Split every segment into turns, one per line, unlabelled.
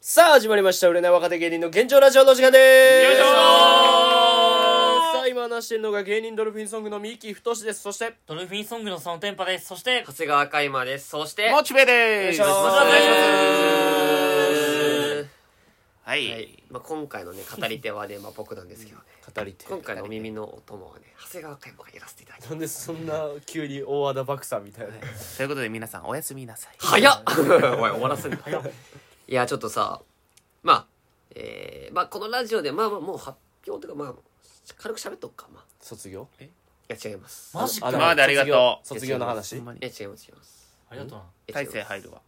さあ始まりました売れない若手芸人の現状ラジオの時間でーす
よいしょー
さあ今話してるのが芸人ドルフィンソングの三木太志ですそして
ドルフィンソングのそのテンパです。そして、
長谷川海馬です。そして、
モチベ
お
で
願
ー
いし
す。
ます
お願いし
は。
はいい。まあ、今回のね、語り手はね、まあ、僕なんですけどね。
語り手
今回のお耳のお供はね、長谷川海馬がやらせていただきます。
なんでそんな急に大和田漠さんみたいな
ということで皆さんおやすみなさい。
早っおい、終わらせんな。いや、ちょっとさ、まあ、えー、まあ、このラジオで、まあまあ、もう発表というか、まあ、軽く喋っとくか。まあ、
卒業
いや、違います。
マジか。
あ
あ
の
まあでありがとう
卒業卒業の話
ほんまに
いや、違います、違います。
りがとうな。
いや
大
違います
勢入るわ。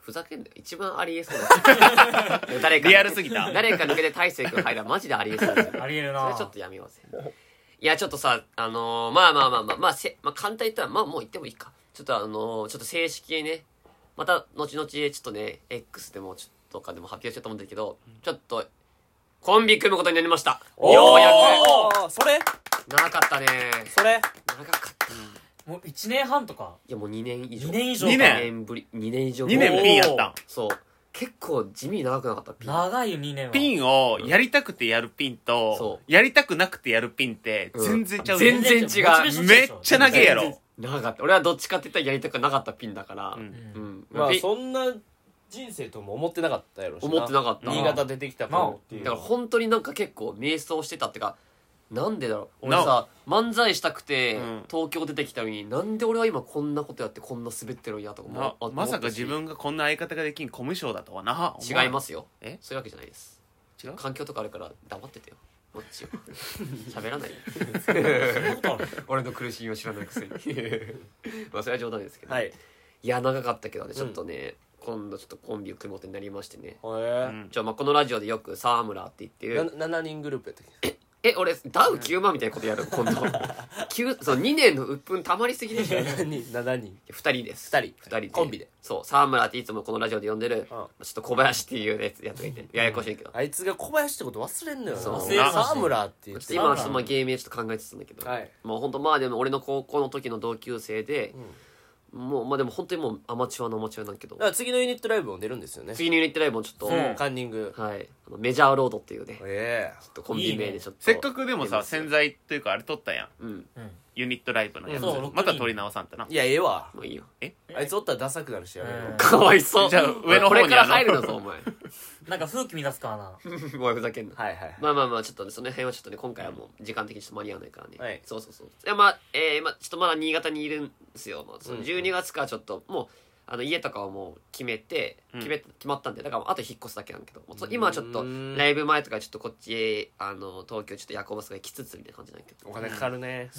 ふざけんなよ一番ありえそう だ誰か
リアルすぎた
誰か抜けて大勢君入らマジでありえそうだよ
ありえる
そ
な
れちょっとやめようぜいやちょっとさあのーまあまあまあまあまあせ、まあ、簡単に言ったらまあもう言ってもいいかちょっとあのーちょっと正式にねまた後々ちょっとね X でもちょっとかでも発表しようと思うんだけどちょっとコンビ組むことになりましたようや
くそれ
く長かったね
それ
長かったい
もう1年半とか。
やもう2年以上
2年以上
二
2
年
年ぶり2年以上
2年ピンやったん。
そう結構地味に長くなかったピン
長いよ、2年は。
ピ
ン
ンをやりたくてやるピン
そ
と、やりたくなくてやるピンって全然ちゃうよ
全然違う
めっちゃ長えやろ。
長かった俺はどっちかって言ったらやりたくなかったピンだから
う
うん
ん
ん、
まあ
ピン
そんな人生とも思ってなかったやろし
思ってなかった
新潟出てきたからっていう
だから本当になんか結構迷走してたっていうかなんでだろう俺
な
さ漫才したくて
うん
東京出てきたのに、なんで俺は今こんなことやってこんな滑ってるんやとか
な
あ
まさ
思
か
ったし
自分がこんな相方ができんコミュ障だとはな。。
違いますすよ
え
そういうわけじゃないです
違う
環境とかあるから黙っててよもっ ちは喋らないよ
そんなことある
俺の苦しみを知らな いくせにまあそれは冗談ですけど、、
はいいへ
や長かったけどね
ん
ちょっとね、今度ちょっとコンビを組むことになりましてね
う
え
ん
じゃあまあこのラジオでよく沢村って言ってる
7人グループやったっけ
え俺ダウ9万みたいなことやる今度九その2年の鬱憤たまりすぎ でしょ
7人7人
2人です
2人
二人で
コンビで
そう沢村っていつもこのラジオで呼んで
う
る、
ん
ちょっと小林っていうやつやつがいてややこしいけど、
あいつが小林ってこと忘れんのよな
そう
忘れる沢村って言っ
ちょっと
て
今はちょっとまあ芸名ちょっと考えてたんだけど、
はい
もう本当まあでも俺の高校の時の同級生で、もうまあでも本当にもうアマチュアのアマチュアなんだけど
だから次のユニットライブも出るんですよね
次のユニットライブもちょっと、
うん
カンニング
はいあのメジャーロードっていうねちょ
え
っとコンビ名でちょっと
せっかくでもさ、
出
潜
ます
在というかあれ撮ったやん。
うん
うん。
ユニットライブのやつ
そう六。人
また撮り直さんとな
えい。やええわ
もういいよ
あいつおったらダサくなるしやめよ
う
うん
かわいそう
じゃあ上の方にあの
これから入るのぞお前
なんか風紀乱すからな。
お前ふざけんな
はいはい
まあまあまあちょっとねその辺はちょっとね今回はもう時間的にちょっと間に合わないからね、
はい
そうそうそういやまあえーまあ、ちょっとまだ新潟にいるんですよ、まあ、その
うん
12月からちょっともうあの家とかはもう決めて
うん
決め、決まったんでだからもうあと引っ越すだけなんだけどもうそ今はちょっと
うん
ライブ前とかちょっとこっちへあの東京ちょっと夜行バスが行きつつみたいな感じなんだけど
お金かかるね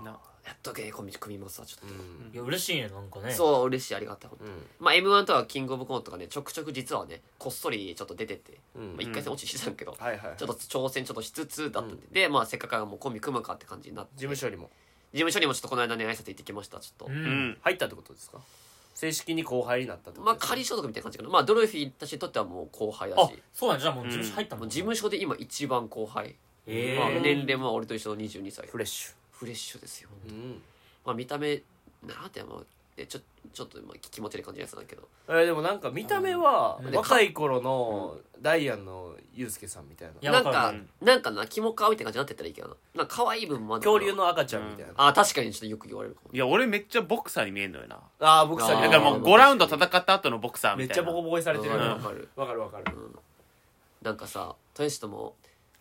うん。
な
やっとけコンビ組みますわちょっと、
うん
いや、嬉しいね、なんかね。
そう嬉しいありがたい、ほんと
うん
まあ m 1とかキングオブコントとかねちょくちょく実はねこっそりちょっと出てて、
うん
まあ、1回戦落ちしてたんだけど、
はいはい
ちょっと挑戦ちょっとしつつだったんで、でまあせっかくからもうコンビ組むかって感じになって
事務所にも
事務所にもちょっとこの間ね挨拶行ってきましたちょっと、
う。
うんん。
入ったってことですか正式に後輩になったってこと
まあ
ですか
仮所属みたいな感じかなまあドルフィーたちにとってはもう後輩だし
あ、そうなんじゃあもう事務所入った
も
も。
うん事務所で今一番後輩、
え
まあ、年
え。
齢も俺と一緒の22歳
フレッシ
フレッシュですよ、
ュうん
まあ、見た目なあってまあでちょちょっとまあ気持ち悪い感じのやつなんだけど
えーでもなんか見た目は
うん
若い頃のダイアンのユうスケさんみたい
いや
な
なん
わか
か
る
なんかなキモ顔みたいな感じになってたらいいけどななんか可愛い部分もある
恐竜の赤ちゃんみたいな
あ確かにちょっとよく言われるかも
いや、俺めっちゃボクサーに見えんのよな。
ああ僕さ
あー
だからもう5ラウンド戦った後のボクサー
めっ
みたい
ちゃ
な。
ボコボコにされてる
うん
わ
わかる
かるわかる
なんかさとりあえずとも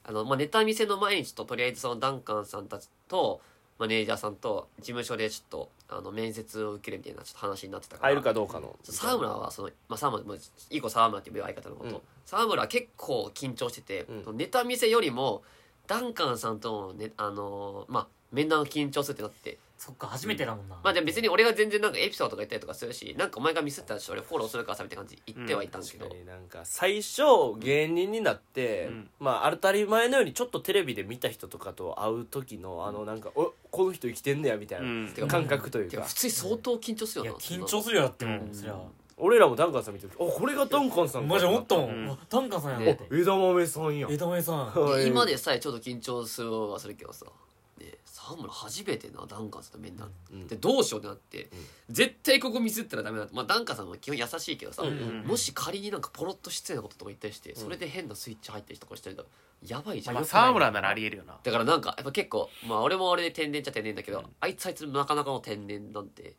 あの、まあ、ネタ見せの前にちょっととりあえずそのダンカンさんたちとマネージャーさんと事務所でちょっとあの面接を受けるみたいなちょっと話になってたから
入るかどうかの
沢村はその、まあ、沢村もういい子沢村っていう相方のこと、
うん
沢村は結構緊張してて、
うん
ネタ見せよりもダンカンさんとの、ね、あのーまあ面談が緊張するってなって
そっか、初めてだもんな。
まあでも別に俺が全然なんかエピソードとか言ったりとかするしなんかお前がミスったらちょっと俺フォローするからさみたいな感じで言ってはいたんですけ
確
ど、
かになんか最初芸人になって、
うん
まあ当たり前のようにちょっとテレビで見た人とかと会う時のあのなんか「おこの人生きてんねや」みたい
うん
な感覚という
てか
か
普通に相当緊張する
い
よ
や、緊
な
張するよ、だっても
う
う、そりゃ。
俺らもダンカンさん見てる時あこれがダンカンさんか
マジ思ったも
うん
ん。ダンカンさんやな
ね
って。
枝豆さんやん
枝豆さん。
いや
はい
今でさえちょっと緊張するはするけどさ、ね、田村初めてなダンカンさんと面談、
うん
でどうしようってなって、
う
絶対ここミスったらダメだって、まあ、ダンカンさんは基本優しいけどさ、
うん
うん
もし仮になんかポロッと失礼なこととか言ったりして、それで変なスイッチ入ったりとかしてるとやばいじゃん、
まあ、沢村ならありえるよな
だからなんかやっぱ結構まあ俺も俺で天然っちゃ天然だけど、あいつあいつなかなかの天然なんで、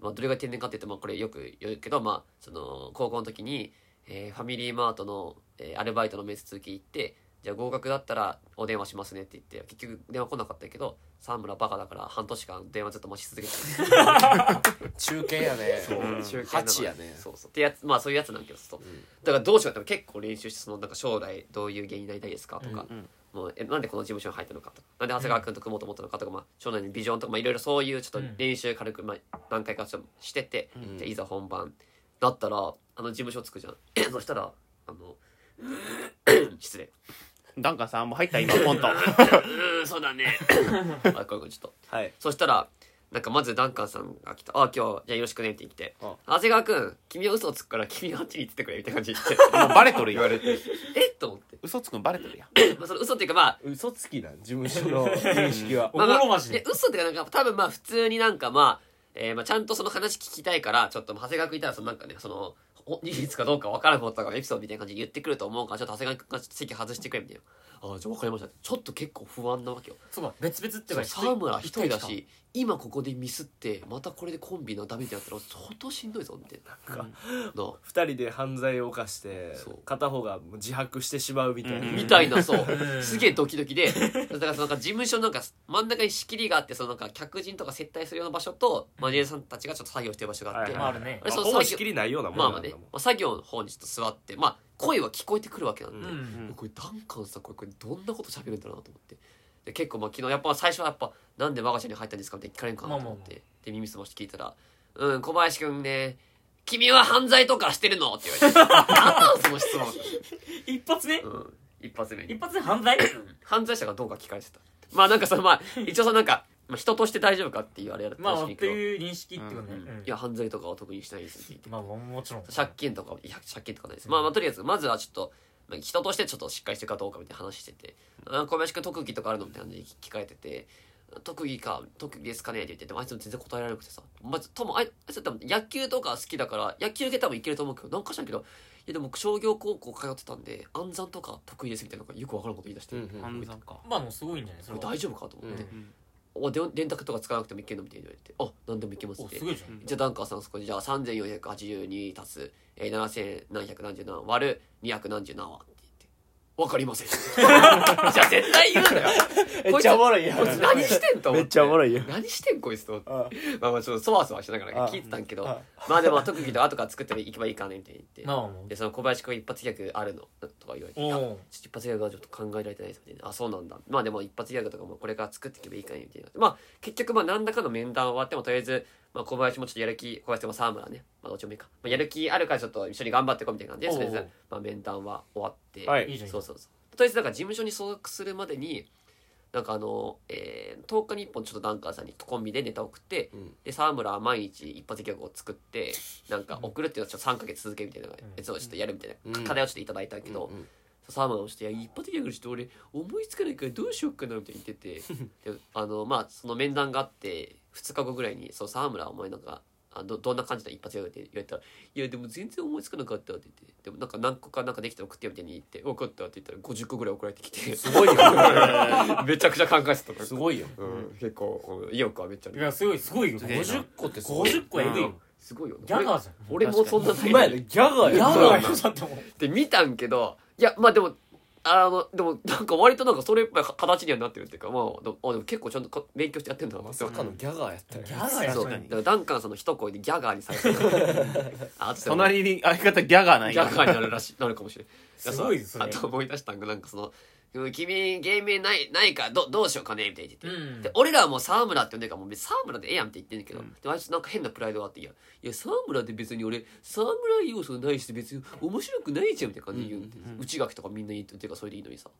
まあ、どれが天然かって言ってまあこれよく言うけどまあその高校の時に、えーファミリーマートの、えーアルバイトの面接受け行ってじゃあ合格だったらお電話しますねって言って結局電話来なかったけど沢村バカだから半年間電話ずっと待ち続けて
中堅やね
うん
中堅なの
八やね
そうそうってやつまあそういうやつなんだけどそう、
ん
だからどうしようって結構練習してそのなんか将来どういう芸人になりたいですかとか、
うんうん
もうえなんでこの事務所に入ったのかとかなんで長谷川君と組もうと思ったのかとか、まあ、将来のビジョンとか、まあ、いろいろそういうちょっと練習軽く、まあ、何回かちょっとしてて、
ん
じゃあいざ本番だったらあの事務所つくじゃん そしたらあの 失礼
ダンカンさんも入 った今ポンと
うーんそうだねあこれこれちょっと
はい
そしたら、なんかまずダンカンさんが来た。ああ、今日、じゃあよろしくねって言って。
うん
長谷川くん、君は嘘をつくから君はあっちに行っててくれ、みたいな感じで言って。
もうバレとる
言
よ
われて。 えっと思って。
嘘つくんバレとるやん
まあその嘘っていうかまあ、
嘘つきなん事務所の認識は
お
まあまあ
ぼろまじ
いや嘘っていうかなんか多分まあ普通になんかまあ、えーまあちゃんとその話聞きたいから、ちょっと長谷川くんいたらそのなんかね、その、お事実かどうか分からんこととかエピソードみたいな感じで言ってくると思うから、ちょっと長谷川くんが席外してくれみたいな。ああ、じゃあ分かりました。ちょっと結構不安なわけよ。
そうか別々っていうか
沢村一人だし今ここでミスってまたこれでコンビのダメージやったら相当しんどいぞみたいな
なんか
な
二人で犯罪を犯して
そう
片方がもう自白してしまうみたいな、
うん
みたいなそう
うん
すげえドキドキでだからそのなんか事務所のなんか真ん中に仕切りがあってそのなんか客人とか接待するような場所とマネージャーさんたちがちょっと作業してる場所があって、
はい
まあ
は
あるね
えそう
ほぼ仕切りないようなもん
ま
なん
あまあ
だ
ね、
もん
まあ、作業の方にちょっと座ってまあ声は聞こえてくるわけなんで、
う
うん
これダンカンさんこれこれどんなこと喋るんだろうなと思ってで結構まあ昨日やっぱ最初はやっぱ「なんで我が社に入ったんですか?」って聞かれるかなと思って、
まあまあ
で耳すまして聞いたら「うん小林君ね君は犯罪とかしてるの?」って言われて「何なんその質問」
一発ね
うん、一発目に
一発で犯罪
犯罪者がどうか聞かれてたまあなんかそのまあ一応そのなんか、まあ、人として大丈夫かっていうあれやった
まあ
ら
っ
し
て
いけど、
いう認識ってことね
う
うんん
いや犯罪とかは特にしないですって言って
まあもちろん
借金とかいや借金とかないです、まあ、まあとりあえずまずはちょっとまあ人としてちょっとしっかりしてるかどうかみたいな話してて「あ小林君特技とかあるの?」みたいな感じで聞かれてて「特技か特技ですかね?」って言っててもあいつも全然答えられなくてさ、まず、多分あいあいつは多分野球とか好きだから野球系多分いけると思うけどなんかしらんけどいやでも商業高校通ってたんで暗算とか得意ですみたいなのがよくわからんこと言い出して、
うんうん
犯罪か
まあもうすごいんじゃないそ
こ
れ
れ
は
大丈夫かと思って
うん
「おで電卓とか使わなくてもいけるの?」みたいに言われて「あ何でもいけます」っ
お
て
すごいじゃん
じゃあダンカーさんそこにじゃあ3482足す、えー、7000何百何十何割る200何十何はって言ってわかりま せんじゃあ絶対言うなよ
め
こ
っ
い
ち
つ
ゃおもろいやん
こいつ何してんと思
め
って
っちゃおもろいやん
何してんこいつと思って
あ
まあまあちょっとそわそわしながら
あ
聞いてたんけど
あ
まあでも特技と後から作っていけばいいかねみたいに言
ま
っ
あまあもう
てでその小林君一発ギャグあるのとか言われて
お
あ
お
ちょっと一発ギャグはちょっと考えられてないですみたいな。あ、そうなんだ。まあでも一発ギャグとかもこれから作っていけばいいかねみたいな。まあ結局まあ何らかの面談終わってもとりあえず、まあ小林もちょっとやる気、小林も沢村ね、まあどっちもいいか。まあやる気あるからちょっと一緒に頑張っていこうみたいな感じで、
おう
とりあえずまあ面談は終わって。
はい
いじゃん
そうそうそう。とりあえずなんか事務所に所属するまでに、なんかあの、えー、10日に1本ちょっとダンカーさんにコンビでネタを送って、
うん
で沢村は毎日一発ギャグを作ってなんか送るっていうのをちょっと3か月続けるみたいなやつをちょっとやるみたいな、
うん
課題をちょっといただいたけど、
うんうん
サーマンをして「いや一発ギャグちょっと俺思いつかないからどうしようかな」みたいに言 っててであのまあその面談があって2日後ぐらいに「そう沢村お前なんかあどどんな感じだ一発ギャグ」って言われたら「いやでも全然思いつかなかった」って言って「でもなんか何個かなんかできたら送ってよ」みたいに言って「分かった」って言ったら50個ぐらい送られてきて
すごいよ
めちゃくちゃ考えてた
すごいよ
うん、結構うん意欲はめっちゃあ
い
る
やすごいすごいよ
げえな
50個って
すごい
50個はえぐいよ
すごいよね
ギャガーじゃん
俺俺もそんな
うまいねギャガー
ギ
や
ャガー
そう
よだってもう
で見たんけどいやまあでもあのでもなんか割となんかそれっぽい形にはなってるっていうかまあでもあでも結構ちゃんとか勉強してやってんだな
ま
そ
さ
う
かのギャガーやったよ
ギャガーや
だ
そ
確かに
からダンカンさんの一声でギャガーにされてるあとギ
隣に相方ギャガーない
ャガーになるらしいなるかもしれないや
すごいですね
あと思い出したんがなんかそのうん「君芸名ないないかどどうしようかね」みたいに言ってて、
うん
で俺らはもう沢村って呼んでるからもう別に沢村でええやんって言ってんだけど、でもあいつなんか変なプライドがあって「いやいや沢村って別に俺沢村要素ないし別に面白くないじゃん」みたいな感じで言うんで、
うんうん
内垣とかみんな言っててかそれでいいのにさ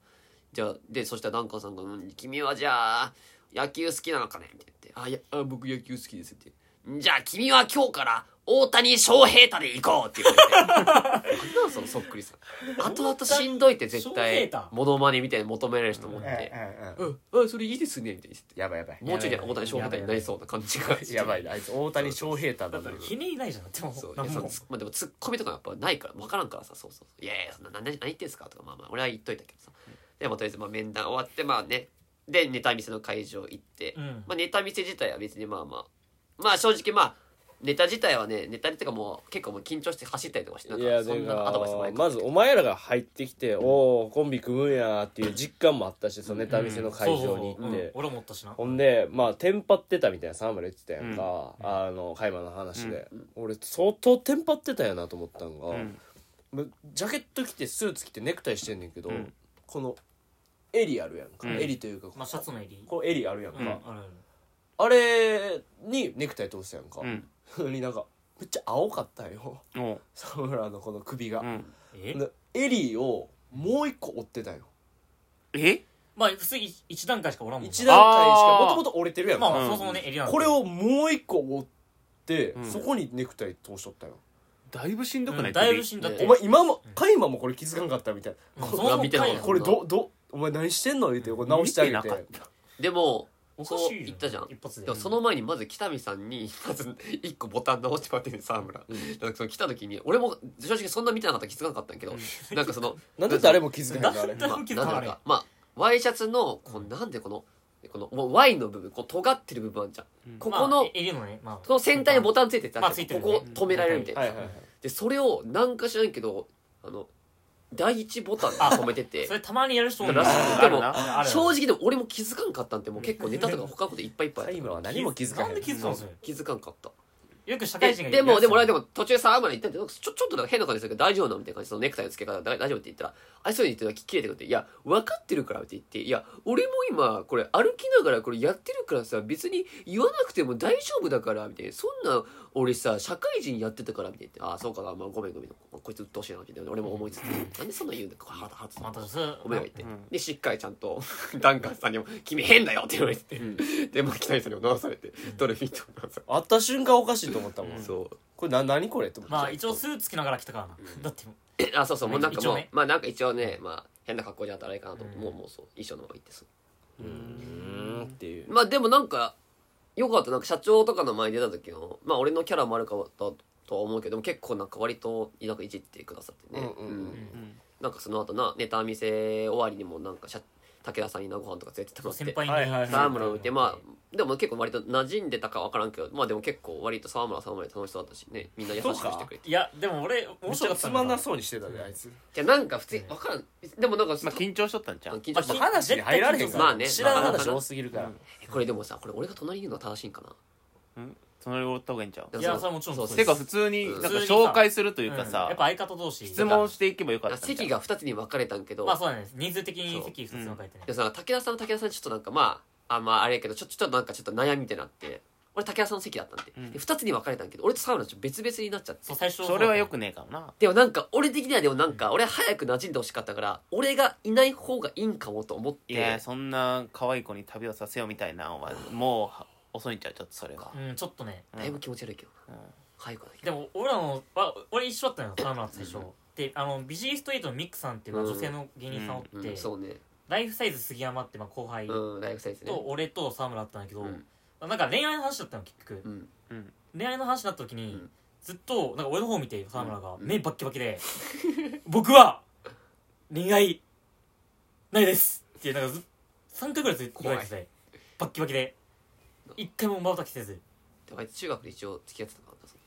じゃあでそしたらダンカンさんが「うん君はじゃあ野球好きなのかね?」って言って「あいやあ僕野球好きです」って「じゃあ君は今日から大谷翔平太で行こうって言われて。なんなんそのそっくりさ。後々しんどいって絶
翔平
対
太、
モノマネみたいなの求められる人もっ
う
て。
うん
うん、うん、それいいですね、みたいに言って
やばいやばい
もうちょいで大谷翔平太になりそうな感じが。
やばい
あいつ大谷翔平太
だ
だ
って
な
ひねりないじゃんでも
そうい
な
や
ん
そう
も
つまあでもツッコミとかやっぱないから分からんからさそうそうそういやいやそんな何何言ってんすかとかまあまあ俺は言っといたけどさでまあとりあえずまあ面談終わってまあねでネタ見せの会場行って、
うん
まあ、ネタ見せ自体は別にまあまあまあ正直まあネタ自体はねネタっていうかもう結構もう緊張して走ったりとかしてなん
い
か
や
そ
で
んなアドバイスもな
か
いから
まずお前らが入ってきて、おおコンビ組むんやっていう実感もあったしそのネタ見せの会場に
そう
行
そ
っ
うそう
て
うん俺もおったしな
ほんでまあテンパってたみたいな沢村言ってたやんか、あのカイマの話で、俺相当テンパってたやなと思ったんが、
うん
まジャケット着てスーツ着てネクタイしてんねんけど、
うん
この襟あるやんか、
うん
襟というか、
まあシャツの襟
こう襟あるやんか、
うん
あるある
あれにネクタイ通すやんか、
うん
それになんかめっちゃ青かったんよ
おう
沢村のこの首が
う、ん
え
で襟をもう一個折ってたんよ
え
まあ普通一一段階しかおらんもんな
一段階しか
あー
もともと折れてるやん
ま
か、
あまあ
うん
そもそもね襟なんて
これをもう一個折って、
うん
そこにネクタイ通しとったよ、
だいぶしんどくな
う
い
んだいぶしんどっ
え
て
お前今もカイマもこれ気づかんかったみたいな、
うん
こ
そもそも
見てなかった
貝
これどどお前何してんの言うてこれ直してあげ
見て
て
なかった
でも
おかしい
そう
よ
言ったじゃん
一発で
でもその前にまず北見さんに まず一個ボタン直してもらってる沢村、
ん
なんかその来た時に俺も正直そんな見てなかったら気づかなかったんやけど、なんかそ の
なんで誰も気づかへんのあれ
だ
まあ、なん
気
てい
づ
うの
かない
か、まあ、ワイシャツの、こうなんでこの、この、もう Y の部分、こう、尖ってる部分あるじゃん。
うん
ここの、
まあ襟のねまあ
この先端にボタンついてて、
まあついてるね
ここ止められるみたいな。
はいはいはい
で、それを、なんか知らんけど、あの、第一ボタンで止めてて
そ、れたまにやる人多い
らしい
あ
で
る
も
な
あるある
正直でも俺も気づかんかったんて、もう結構ネタとか他のこといっぱいいっぱ
カ
いやっ
イマ
たから
は何も気づかへ
なんんで気づかんそれ
気づかんかった。
よく社
で
会人が
でも、でも俺はで
も
も途中さ、あまり言ったんで、ちょ、ちょっとなんか変な感じですけど、大丈夫なみたいな感じで、そのネクタイの付け方、だ大丈夫って言ったら、あいつに言ってたら切れてくって、いや、分かってるからって言って、いや、俺も今、これ歩きながらこれやってるからさ、別に言わなくても大丈夫だから、みたいな。そんな、俺さ、社会人やってたから、みたいな言って。ああ、そうか、まあ、ごめんごめん。こいつ鬱陶しいな、みたいな。俺も思いつつ、なんでそんな言うんだ腹立つ
またそれ
ごめんよ言って、
うん
でしっかりちゃんとダンカンさんにも「君変だよ」って言われて、でまあ北見さんにも直されて、ドルフィンと直され
会った瞬間おかしいと思ったもん、
て、そう
これな何これと思って、
まあ一応スーツ着ながら来たからなだって
あそうそうもうなんか
一
も
応
う、
ね
まあなんか一応ねまあ変な格好じゃったらあれかなと、
うん
もうもうそう一緒のまま行ってそう
うーんっていう
まあでもなんかよかったなんか社長とかの前に出た時のまあ俺のキャラもあるかととは思うけどでも結構なんか割となんかいじってくださってね、
うんうんうん
うん
なんかその後なネタ見せ終わりにもなんか社武田さんになご飯とか連れてってもらって
先輩に
はいはいはい
沢村を見てまあでも結構割と馴染んでたか分からんけどまあでも結構割と沢村は沢村で楽しそうだったしねみんな優しくしてくれて
いやでも俺面白かった
つまんなそうにしてたであいつ
じゃあなんか普通に分からんでもなんか
まあ緊張しとったんちゃう
緊
ま
張
あ
して
話
緊
に入られへんから、
まあね
知らん
まあ
話多すぎるから、
えこれでもさこれ俺が隣にいるのは正しいんかな
うんそれをおった方がいいんちゃう
いやそれはもちろん
そう
そうで
て
す
か普通になんか
普通にさ
紹介するというか
うん
さ
やっぱ相方同士
質問していけばよか
だ
っ
か
た
ら
んちゃう
席が2つに分かれたんけど、
まあそうだね人数的に
そう
席普通の書いてね
でさ武田さんは武田さんでちょっとなんかまああまああれやけどちょちょっとなんかちょっと悩みみたいになって俺武田さんの席だったんで,、
うん
で2つに分かれたんけど俺とサウナちょっと別々になっちゃって
そう最初
それはよくねえかもな
でもなんか俺的にはでもなんか俺早く馴染んでほしかったから俺がいない方がいいんかもと思っ
いや
て
そんな可愛い子に旅をさせようみたいなのはもうは遅いんちゃうちょっとそれは
うんちょっとね
だいぶ気持ち悪いけど
うん
早くない
でも俺らのは俺一緒だったのよ沢村と最初であのビジネストリートのミックさんっていうまあ
うん
女性の芸人さんおっ
う
て
ん、そうね
ライフサイズ杉山ってまあ後輩と
うんライフサイズね
俺と沢村だったんだけど
うん
なんか恋愛の話だったの結局
うん
うん
恋愛の話になった時に、
うん
ずっとなんか俺の方を見て沢村が
うん
目バッキバキで 「僕は恋愛ないです」ってなんかず3回ぐらいずっと言われててバッキバキで一回もまばたきせず
でもあいつ中学で一応付き合ってたからなそう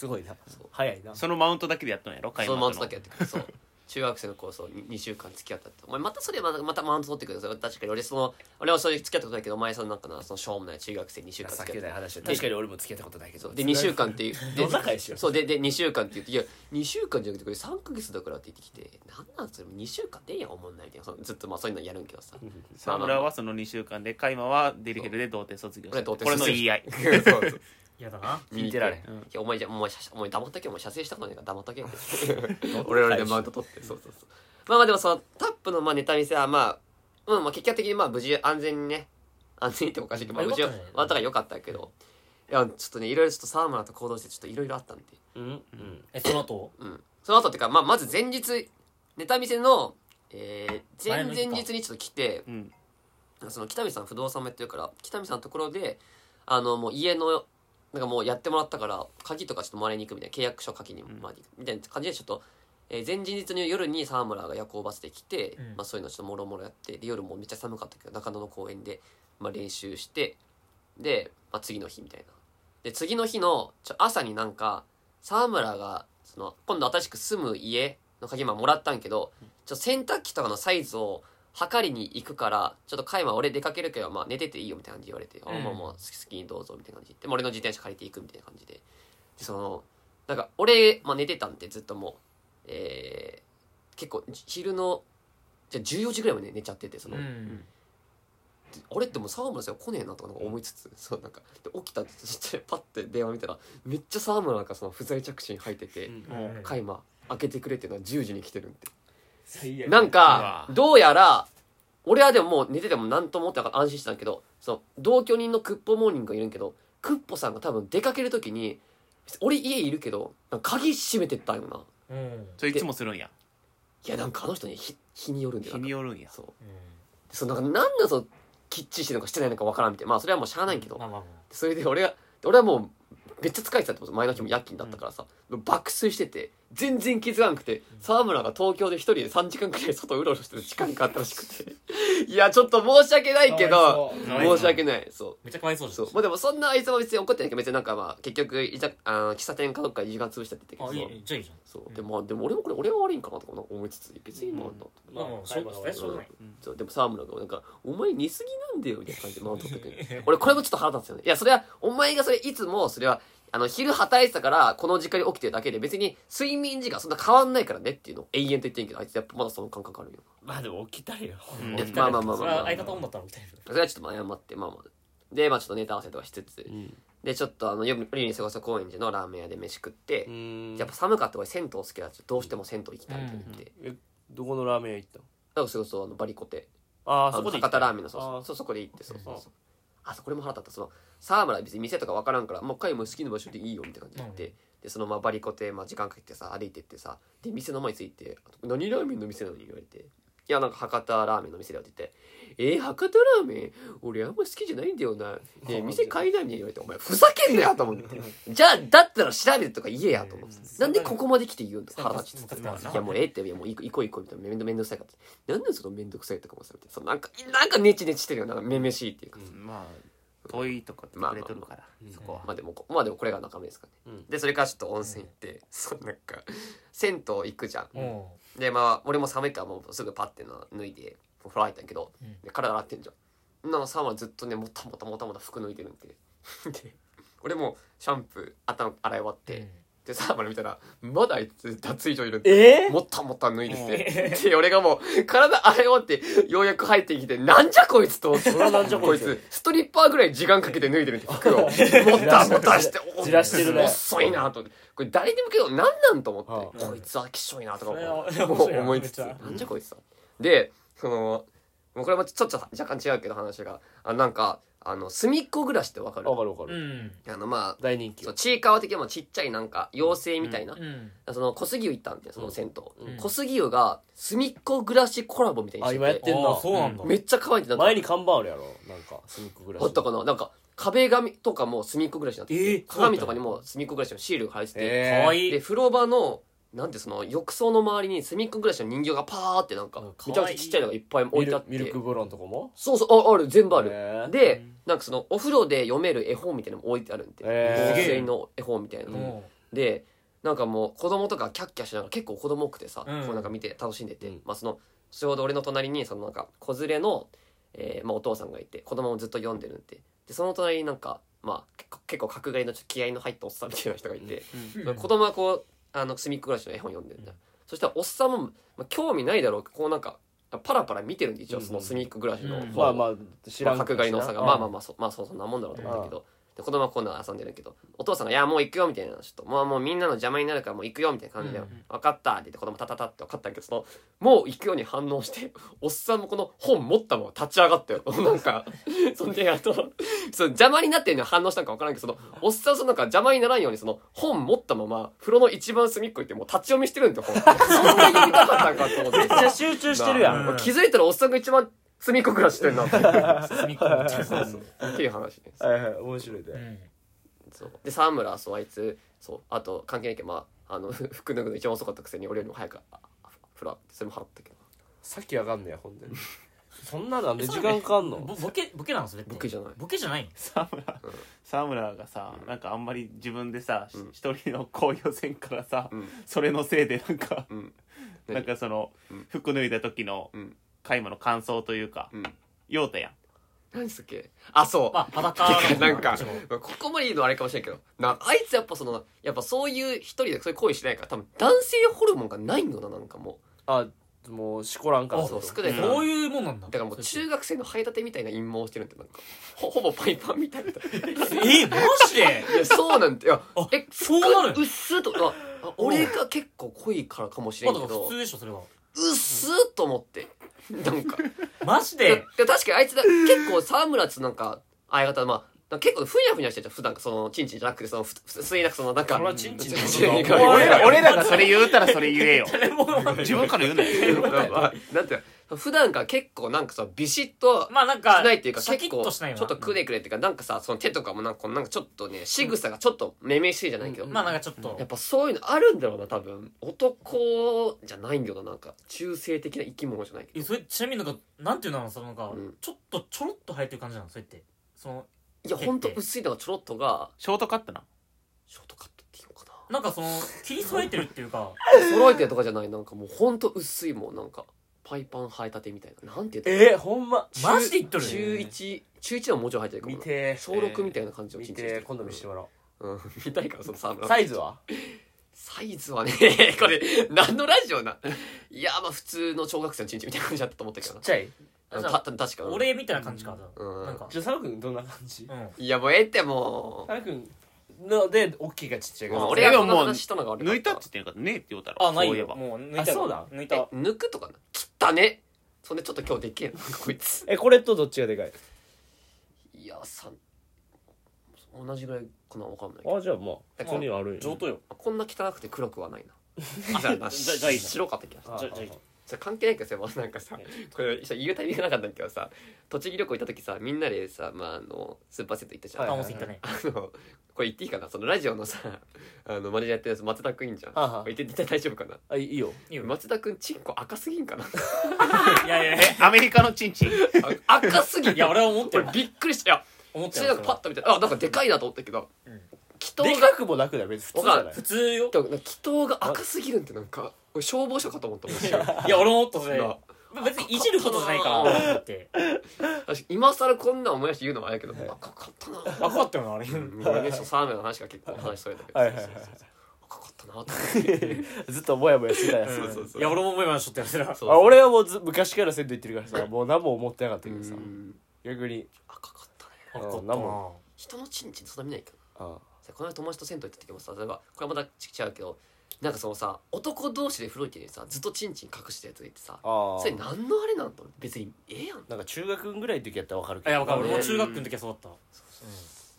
すごいな
そう
早いな
そのマウントだけでやったんやろ買い
そのマウント
物
だけやってくれ そう中学生の頃そう2週間付き合ったってお前またそれまたまたマウント取ってくるぞ確かに俺その俺は正直付き合ったことないけどお前そのなんかなそのしょうもない中学生2週間付
情
き合
け
って
ない話確かに俺も付き合ったことないけ
そ
ど
うで2週間っていうで
野坂でしょ
そうでで2週間って言って「いや2週間じゃなくてこれ3か月だから」って言ってきて「なんなんそれ2週間でええやんおもんない」みたいなそのずっとまあそういうのやるん けどさ
沢村はその2週間でカイマはデリヘルで童貞卒業した
俺童
こ
貞
れの
卒業
言い合い
そうそう
嫌だな
見てられへん
い
うん
やお前じゃお前写お前黙っとけよお前射精したことないから黙っと けよ俺らでマウント取ってそうそうそうまあまあでもそのタップのまあネタ見せはまあ、まあ、まあ結果的にまあ無事安全にね安全にっておかしいけど、まあ、無事
まあよかったね
終わったからよかったけどいやちょっとねいろいろちょっと沢村と行動してちょっといろいろあったんで
うんうん
えその後
うんその後っていうか、まあ、まず前日ネタ見せの、えー
前
前
の日か
々日にちょっと来て
うん
その北見さん不動産もやってるから北見さんのところであのもう家のなんかもうやってもらったから鍵とかちょっと回りに行くみたいな契約書書きに回りに行くみたいな感じでちょっと、えー前日の夜に沢村が夜行バスで来て、
うん
まあ、そういうのちょっともろもろやってで夜もめっちゃ寒かったけど中野の公園で、まあ、練習してで、まあ、次の日みたいなで次の日のちょ朝になんか沢村がその今度新しく住む家の鍵まあもらったんけどちょ洗濯機とかのサイズを測りに行くからちょっとカイマ俺出かけるけど、まあ、寝てていいよみたいな感じで言われて、
う
あ
ん
まあまあ好き好きにどうぞみたいな感じででも俺の自転車借りていくみたいな感じででそのなんか俺、まあ、寝てたんでずっともう、えー結構じ昼のじゃあ14時ぐらいまで寝ちゃっててその、
うん
あれってもう沢村さん来ねえなとかなんか思いつつ、そうなんかで起きたってそしてパッて電話見たらめっちゃ沢村なんかその不在着信入ってて
うん
もう
「カイマ開けてくれ」っていうのは10時に来てるんで
最悪
なんか
うわ
どうやら俺はでももう寝てても何とも思ってなかった安心してたんだけどその同居人のクッポモーニングがいるんけどクッポさんが多分出かける時に俺家いるけどなんか鍵閉めてったよな
うんうん
それいつもするんや
いやなんかあの人に日日によるんだよ
日
なんか
によるんや
そうそうなんか何だそきっちりしてるのかしてないのかわからんみたいなまあそれはもうしゃあないけど
まあまあま
それで俺は俺はもうめっちゃ疲れてたってこと前の日も夜勤だったからさ、爆睡してて全然気づかなくて沢村が東京で一人で3時間くらい外うろうろしてる時間があったらしくて いやちょっと申し訳ないけど
かわいそう
かわいそう
申し訳ないそう
あめっちゃかわいそうじ
そ
ゃ
うまあでもそんなあいつは別に怒ってないけど別になんかまあ結局いざあの喫茶店かどっかで時間潰したって言っ
ん
た
あい
けど
いじゃあいいじゃん
そうそうでもまあでも俺もこれ俺が悪いんかなとかなんか思いつつ別に今なんだと
まあまあしょうがないしょうがない
そうでも沢村がなんか「お前寝すぎなんだよ」みたいな感じでマウント取ってくる俺これもちょっと腹立つよねいやそれはお前がそれいつもそれはあの昼働いてたからこの時間に起きてるだけで別に睡眠時間そんな変わんないからねっていうのを永遠と言ってんけどあいつやっぱまだその感覚あるよ
まあでも起きたいよ
うん
起きたい
まあまあまあ
そ
まあ
れ
まあ
は相方女だったらみたい
それはちょっと謝ってまあまあでまあちょっとネタ合わせとかしつつ、
ん
でちょっとあの夜夜に過ごす高円寺のラーメン屋で飯食って、
うん
やっぱ寒かった俺銭湯好きだってどうしても銭湯行きたいって言って、だ
えどこのラーメン屋行ったの
からそれこそあのバリコテ
あ
あ
あそこで行
博
った
多ラーメンのそう
あ
そ
ー
うそうそこで行ってそうそう
うん
そうあそこれも腹立ったその沢村は別に店とか分からんからもう一回も好きな場所でいいよみたいな感じで行って、
う
でそのままバリコテ、まあ、時間かけてさ歩いてってさで店の前に着いて「何ラーメンの店なの?」に言われて「いやなんか博多ラーメンの店だよ」って言って「えー、博多ラーメン俺あんま好きじゃないんだよな」で「店買いないね」言われて「お前ふざけんなよ」と思って「じゃあだったら調べてとか言えや」と思って、
うん
なんでここまで来て言うんだ
な
腹立ちつつ
まあない
やもうええっていやもう行こ行こう行こうみたいなめんどめんどくさいからってなんでそのめんどくさいとかもさみたいなそのなんかなんかネチネチしてるよなんかめめしいっていうか、
まあ遠いとこってくれとるから
まあ
そこは
まあでもこまあでもこれが中身ですかね、
うん
でそれからちょっと温泉行って、そうなんか銭湯行くじゃん、
なうん
でまあ俺も寒いからもうすぐパッてな脱いで風呂入ったんやけど、
うん
で体洗ってんじゃんなんかサンはずっとねもたもたもたもた服脱いでるんで で俺もシャンプー頭洗い終わって、でサーマル見たらまだあいつ脱衣所いるんで
え
もったもった脱いでて。で、俺がもう、体洗い終わって、ようやく入ってきて、なんじゃこいつと思って、
れはなんじゃこ
こ
い
い
つ
つ、ストリッパーぐらい時間かけて脱いでるんで、服 を。もたもたして、お
じらしてるね
遅いなと思って。これ誰でもけど、なんなんと思って、
は
あ
こいつはきっしょいなとか
それは
思
面
って
白いな
もう思いつつ、
めっ
な
ち
んじゃこいつと。で、その、もうこれもちょっと若干違うけど話が、あなんか、あの、隅っこ暮らしってわかる
わかるわか
う
る
ん
あの、まあ、
大人気
そうちいかわ的にもちっちゃいなんか、妖精みたいな
う、ん
その小杉湯行ったんでその銭湯、
うん
小杉湯が隅っこ暮らしコラボみたいにしてて
あ今やってんだ
あーそうなんだ
めっちゃ可愛いってなんか
前に看板あるやろなんか隅っこぐらい
あったかななんか壁紙とかも隅っこ暮らしになってて、
えー
鏡とかにも隅っこ暮らしのシールが貼られてて、
え
可愛
で
い
風呂場のなんてその浴槽の周りに隅っこ暮らしの人形がパーってなんか
うん可愛
め
い
ちゃくちゃちっちゃいのがいっぱい置
ミ
いてあ
ル
って
ミルクブロンとかも
そうそうあある全部ある、
へー
でなんかそのお風呂で読める絵本みたいなのも置いてあるんで
へー
温泉の絵本みたいなの、
も
でなんかもう子供とかキャッキャしながら結構子供多くてさ、
うん
こうなんか見て楽しんでて、
うん
まあ、そのちょうど俺の隣にそのなんか子連れの、えーまあ、お父さんがいて子供もずっと読んでるんででその隣になんか、まあ、結構結構角刈りのちょっと気合いの入ったおっさんみたいな人がいて、
う
まあ子供はこうあの隅っこ暮らしの絵本読んでるんだ、そしたらおっさんも、まあ、興味ないだろうけどこうなんかパラパラ見てるんで一応その隅っこ暮らしの、
うん
こう
まあまあ知らん
まあ角刈りの差が
うん
まあまあまあそ,、まあ、そうそんなもんだろうと思うんだけどで子供は今度は遊んでるけどお父さんが「いやもう行くよ」みたいなちょっともうもうみんなの邪魔になるからもう行くよみたいな感じで
うん
「分かった」って言って子供タタタって分かったけどそのもう行くように反応しておっさんもこの本持ったまま立ち上がったよ なんかそんであとその邪魔になってるのに反応したのか分からんけどそのおっさんそのなんか邪魔にならんようにその本持ったまま風呂の一番隅っこ行ってもう立ち読みしてるんだよ本そんな読みたかったんかと思って
めっちゃ集中してるやん
なうん
気づいたらおっさんが一番隅っこ暮らしてるなっていう
包み込むっていうそうそう
っていう話です
はいはい面白いで、
ん
そうで沢村そうあいつそうあと関係ないけどまああの服脱ぐの一番遅かったくせに俺よりも早くああフラそれも払ったけど
さっきわかんねえほんでそんななんで時間かかん
ぼ
の
ボケボケなのそれって
ボケじゃない
ボケじゃないの
沢村
うん
沢村がさなんかあんまり自分でさ
うん
一人の公用線からさ
うん
それのせいでなんか
うん
なんかその
うん
服脱いだ時の
うん
カイマの感想というか
うん
酔うたやん
何すっけあそう
まあ 裸
てかなんか
そう
ここまで言うのはあれかもしれんけどなあいつやっぱそのやっぱそういう一人でそういう行為しないから多分男性ホルモンがないんだよななんかも
あもうしこらんか
う
ら
そう少
う
ないから、
こういうもんなんだ
だからもう中学生の灰立てみたいな陰謀をしてるんだよな んかほほぼパイパンみたいな
えマジ で
いや、そうなんて、いや
あ、
え、
そうなる
うっすと、あ、あ俺が結構濃いからかもしれ
ま
ん
だ
けど
普通、でしょそれは
うっすと思って。なんか。
マジ
いやい
で
や確かにあいつだ、結構沢村っつうなんか、相方、まあ、なんか結構ふにゃふにゃしてるじゃん、普段その、チンチンじゃなくて、その、ふ、ふすいなくその、なんか、
それはチンチンのこと
違う違う
だ
違う
俺ら俺らがそれ言うたらそれ言え よ
誰も
自分から言うなよ
なんていうの普段から結構なんかさ、ビシッと、
まあなん
し
か
ないっていうか、
シャキ
結
ッと
構、
しないわ
ちょっとくねくねっていうか、なんかさ、その手とかもなんかこう、なんかちょっとね、仕草がちょっと、めめしいじゃないけど、
うん
まあなんかちょっと
やっぱそういうのあるんだろうな多分男じゃないんだよななんか中性的な生き物じゃないけ
え
ど
それちなみになんかなんていうのそのなんか
うん
ちょっとちょろっと生えてる感じなのそれってその
いやほんと薄いのがちょろっとが
ショートカットな
ショートカットっていうのか
なんかその切り添えてるっていうか
な揃えてるとかじゃないなんかもうほんと薄いもんなんかパイパン生えたてみたいななんていう
えほんま
マジで言っと
の
る
中
中1中1はもうちょい生えてるかも
見
な
てー
小6みたいな感じの
見
チンチン
てー今度見してもらお
うん うん見たいからその沢
う
村
サイズは
サイズはね これ何のラジオないやまあ普通の小学生のチンチンみたいな感じだったと思ったけどな
ちゃい
うんたた確かに
俺みたいな感じか
うん
なんか
じゃあ佐野くんどんな感じ
うん
いやもうええっても
佐野くんので大きいかちっちゃいうか
もう
あ
俺が
でも
そん
も
な
う
話したのが悪か
抜いたって言ってるからねえって言うたら
あない
そういえ
よ
ば
もう抜いた
あそうだ
抜い
え
た
抜くとかな切ったねそんでちょっと今日でけえなこいつ
えこれとどっちがでかい
いやさ同じぐらいかなわかんないけど
あじゃあまあ普通にあるんや
上等よ
こんな汚くて黒くはないなじゃあな
じゃ じゃあいいじゃん
白かった気がする
あ
じゃじゃいい
じゃあ関係ないけどさもうなんかさこれ言うタイミングなかったんだけどさ栃木旅行行った時さみんなでさまああのスーパーセント行ったじゃん、
はい
あ
はい
温泉行ったね
あのこれ言っていいかなそのラジオのさ あのマネージャーやってるやつ松田君いんじゃん
あは
これ言って大丈夫かな
あいいよ
いいよ
松田君チンコ赤すぎ んかな
いやいやいや
えアメリカのチンチン
あ赤すぎん
いや俺は思って
俺
る
びっくりしたいや
思っ
普
て
通に
る
なんかパッと見てあなんかでかいなと思ったけど
うん
祈
で
祷が
かくもなくだよ別に普通じゃない
普通よ
祈祷が赤すぎるってなんか俺消防署かと思ったもん
いや俺も思ったそれ
な
別にいじることじゃないからと思って
私今更こんな思い出して言うのもあれやけど赤かったな
あ怖かったよなあれ
うんごめんねそうサーメンの話が結構話しとれたけど
はいはいはい
赤かったなと思って
ずっともやもやしてたやつ
そうそうそう
いや俺も思いましょってやつら
そう
あ俺はもうず昔から銭湯行ってるからさもう何も思ってなかったけど
う
さ
ん
逆に
赤かったね
あ
あ
なんも
人のチンチンそんな見ないけど
あ
さこの間友達と銭湯行った時もさ例えばこれはまた違うけどなんかそのさ男同士で風呂行ってさずっとチンチン隠してるやつがいてさ
あ
それ何のあれなんと別にええやん
なんか中学ぐらいの時やったら分かるけ
あ
ど
いやわかる
ね
俺も中学の時はそうだった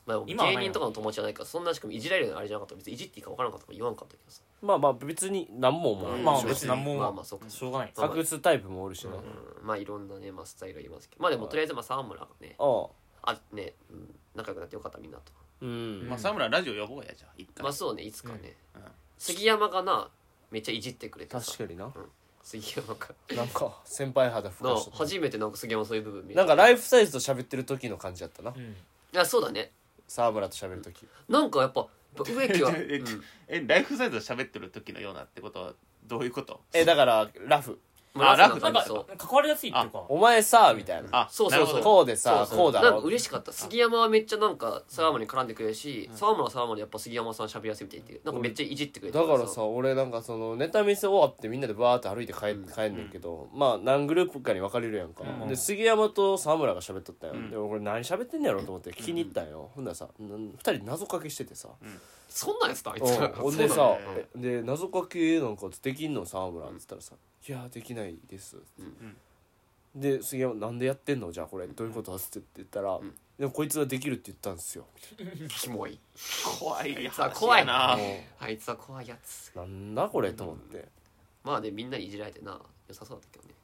まあ、
今はない
芸人とかの友達じゃないからそんなしかもいじられるのあれじゃなかったら別にいじっていいか分からなかったから言わんかったけどさ
まあまあ別に何も思わない
まあ
正直
別に何も
まあまあそうか
しょうがない
まあ
隠すタイプもおるしなあ
うんまあいろんなね、まあ、スタイルがいますけどまあでもとりあえずまあ沢村がね
あ
あね、うん、仲良くなってよかったみんなと
うん
まあ沢村ラジオ呼ぼうやじゃあ一
まあ
回
そうねいつかね、
うんうん
杉山がなめっちゃいじってくれてさ
確かにな
杉山が
なんか先輩肌ふ
な
かして
初めてなんか杉山そういう部分見
なんか
ラ
ライフサイズと喋ってる時の感じやったな
うん
いやそうだね
沢村と喋る時
なんかやっぱ植 木は、う
え
ん
えライフサイズで喋ってる時のようなってことはどういうこと
えだからラフ
まあラフ
ラフ
な
なん
感じ
か
そう
関わりやすいっていうか
お前さみたいな
あ
そうそうそ
なる
う
ほど
こうでさ
そうそう
こうだ
なんか
ろ
嬉しかった杉山はめっちゃなんか沢村に絡んでくれるし、沢村は沢村でやっぱ杉山さん喋りやすいみたいっていうなんかめっちゃいじってくれて
だからさ俺なんかそのネタ見せ終わってみんなでバーって歩いて帰,、帰んねんけど、まあ何グループかに分かれるやんか、
うん
で杉山と沢村が喋っとったよ、
ん
で俺何喋ってんねやろと思って気に入ったんよ、ほんならさ2人謎かけしててさ、
そんなんやつだあいつ
うん
ら
ほんで
そう
さ
なんだよ
「で謎かけなんかできんの沢村」っつったらさ「いやできないです」で杉山「なんでやってんのじゃあこれどういうこと?」っつって言ったら
ん
「でもこいつはできるって言ったんですよ
キモい
怖い
さあ
話
怖い
やな
あいつは怖いやつ」
なんだこれと思って
まあねみんなにいじられてな良さそうだったけどね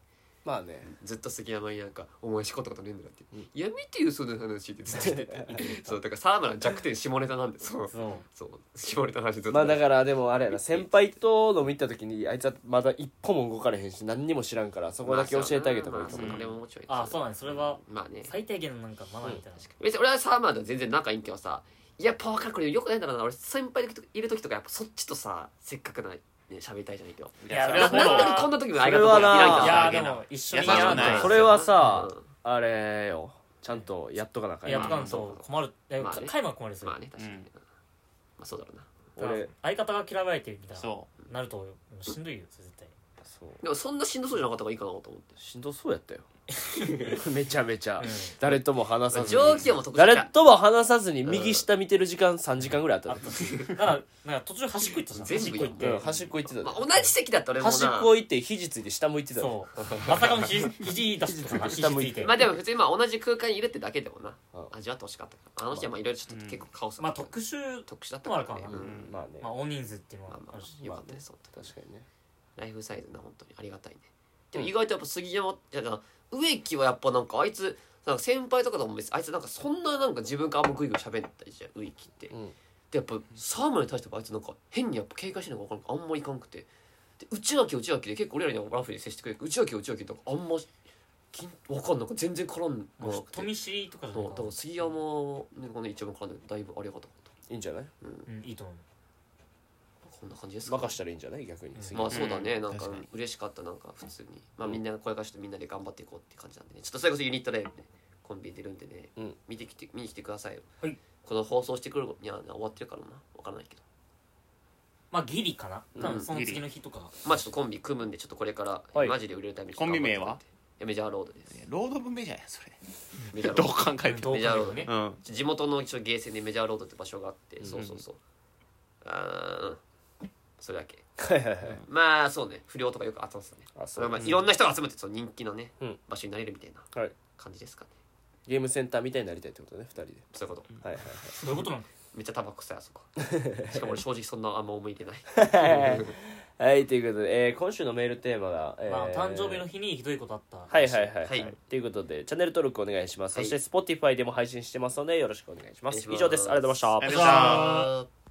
まあね
ずっと杉山になんか「お前しこったことねえんだな」って「いや見てよその話」ってずっと言ってて そうだから沢村の弱点下ネタなんでそう
そう
そう下ネタの話ずっと
まあだからでもあれやな先輩と飲み行った時にあいつはまだ一歩も動かれへんし何にも知らんからそこだけ教えてあげた方がいいと思う
まあそうやなまあそれももちろん
あそうなんですそれは
まあね
最低限のなんかマナーみたいな、
別に俺はサーマーと全然仲いいんけどさやっぱ分かるこれよくないんだろうな俺先輩といる時とかやっぱそっちとさせっかくなね喋りたいじゃないけど
いや
い
そ
や
れ
な
は
ん
フ
で
ォロー
こんな時もあり
それ
がとう
は
いないん
な
だ
い
な
や
みた
で
いな
も一緒に
いや
やらない
そう
それはさ
うん
あれよちゃんとやっとかなあかん
やっ
よ
とかんと困るいや
まあね
カイマは困るですよ
まあね確かに、
うん
まあそうだろうな
俺
相方が嫌われてるみたいな
そ
なるともうしんどいよそれ絶対
そう
でもそんなしんどそうじゃなかった方がいいかなと思って
しんどそうやったよめちゃめちゃ
うん
誰とも話さず
上
に
気はもう特殊
誰
か
とも話さずに右下見てる時間3時間ぐらいあった
あ
で
ったなんかなんか途中端っこ行ったじゃん
全
端
部
っこ行っ
うん
て
端っこ行ってたで
まあ、同じ席だったら俺もな
端っこ行って肘ついて下向いてたで
そうまさかの肘肘出しとかな肘
下向
つ
い
い
て
て
まあでも普通にまあ同じ空間にいるってだけでもな
うん
味わってほしかったからあの人はまあいろいろちょっと結構カオスだ
まあ
ったけど
特殊
特殊だったから
まあある
ね
か
う
なん
まあね
まあ大人数っていうの
ま
は
あま
あるし
あよかったです本当に
確かにね
ライフサイズな本当にありがたいねでも意外とやっぱ杉山じゃな植木はやっぱなんかあいつなんか先輩とかとも別にあいつなんかそんななんか自分からあんまグイグイ喋んないじゃん植木って、
ん
でやっぱ沢村に対してもあいつなんか変にやっぱ警戒してるのか分からんあんまいかんくてで内垣内垣で結構俺らにはラフに接してくれる内垣内垣とかあんまきん分かんなんか全然絡ん
も
な
う
くて
人見知りとかじゃ
そう
ない
だ
か
から杉山のこの一番絡んでだいぶありがたかった
いいんじゃない
うんいいと思う
こんな感じですか、
任したらいいんじゃない逆に次
まあそうだね、
うん
なんか
確かに
嬉しかったなんか普通にまあみんなこれからちょっとみんなで頑張っていこうって感じなんでねちょっとそれこそユニットライブねコンビ出るんでね、
うん
見てきて見に来てくださいよ、
はい
この放送してくるには終わってるからなわからないけど
まあギリかな多
うん
分その次の日とか
まあちょっとコンビ組むんでちょっとこれから、
はい
マジで売れるために
コンビ名はい
やメジャーロードです
ロード文明じゃないそれ
メジャーロ
どう
ード
考えて
ど
も
うかよね
うん
地元の一応ゲーセンでメジャーロードって場所があって、そうそうそうあーうんそれだけ
はいはいはい
まあそうね不良とかよく集まってたね
あそう
まあ、いろんな人が集めてその人気のね、
うん
場所になれるみたいな
はい
感じですかね
ゲームセンターみたいになりたいってことね2人で
そういうこと
はい
そういうことなんか
めっちゃタバコ臭いあそこ しかも俺正直そんなあんま思い出ない
はいはいということで、えー今週のメールテーマが、えー
まあ誕生日の日にひどいことあった
はいはいはいはい、
はい
ということでチャンネル登録お願いします、
はい
そして Spotify でも配信してますのでよろしくお願いします
お願いします
以上ですありがとうございました
ありがとうございました
あ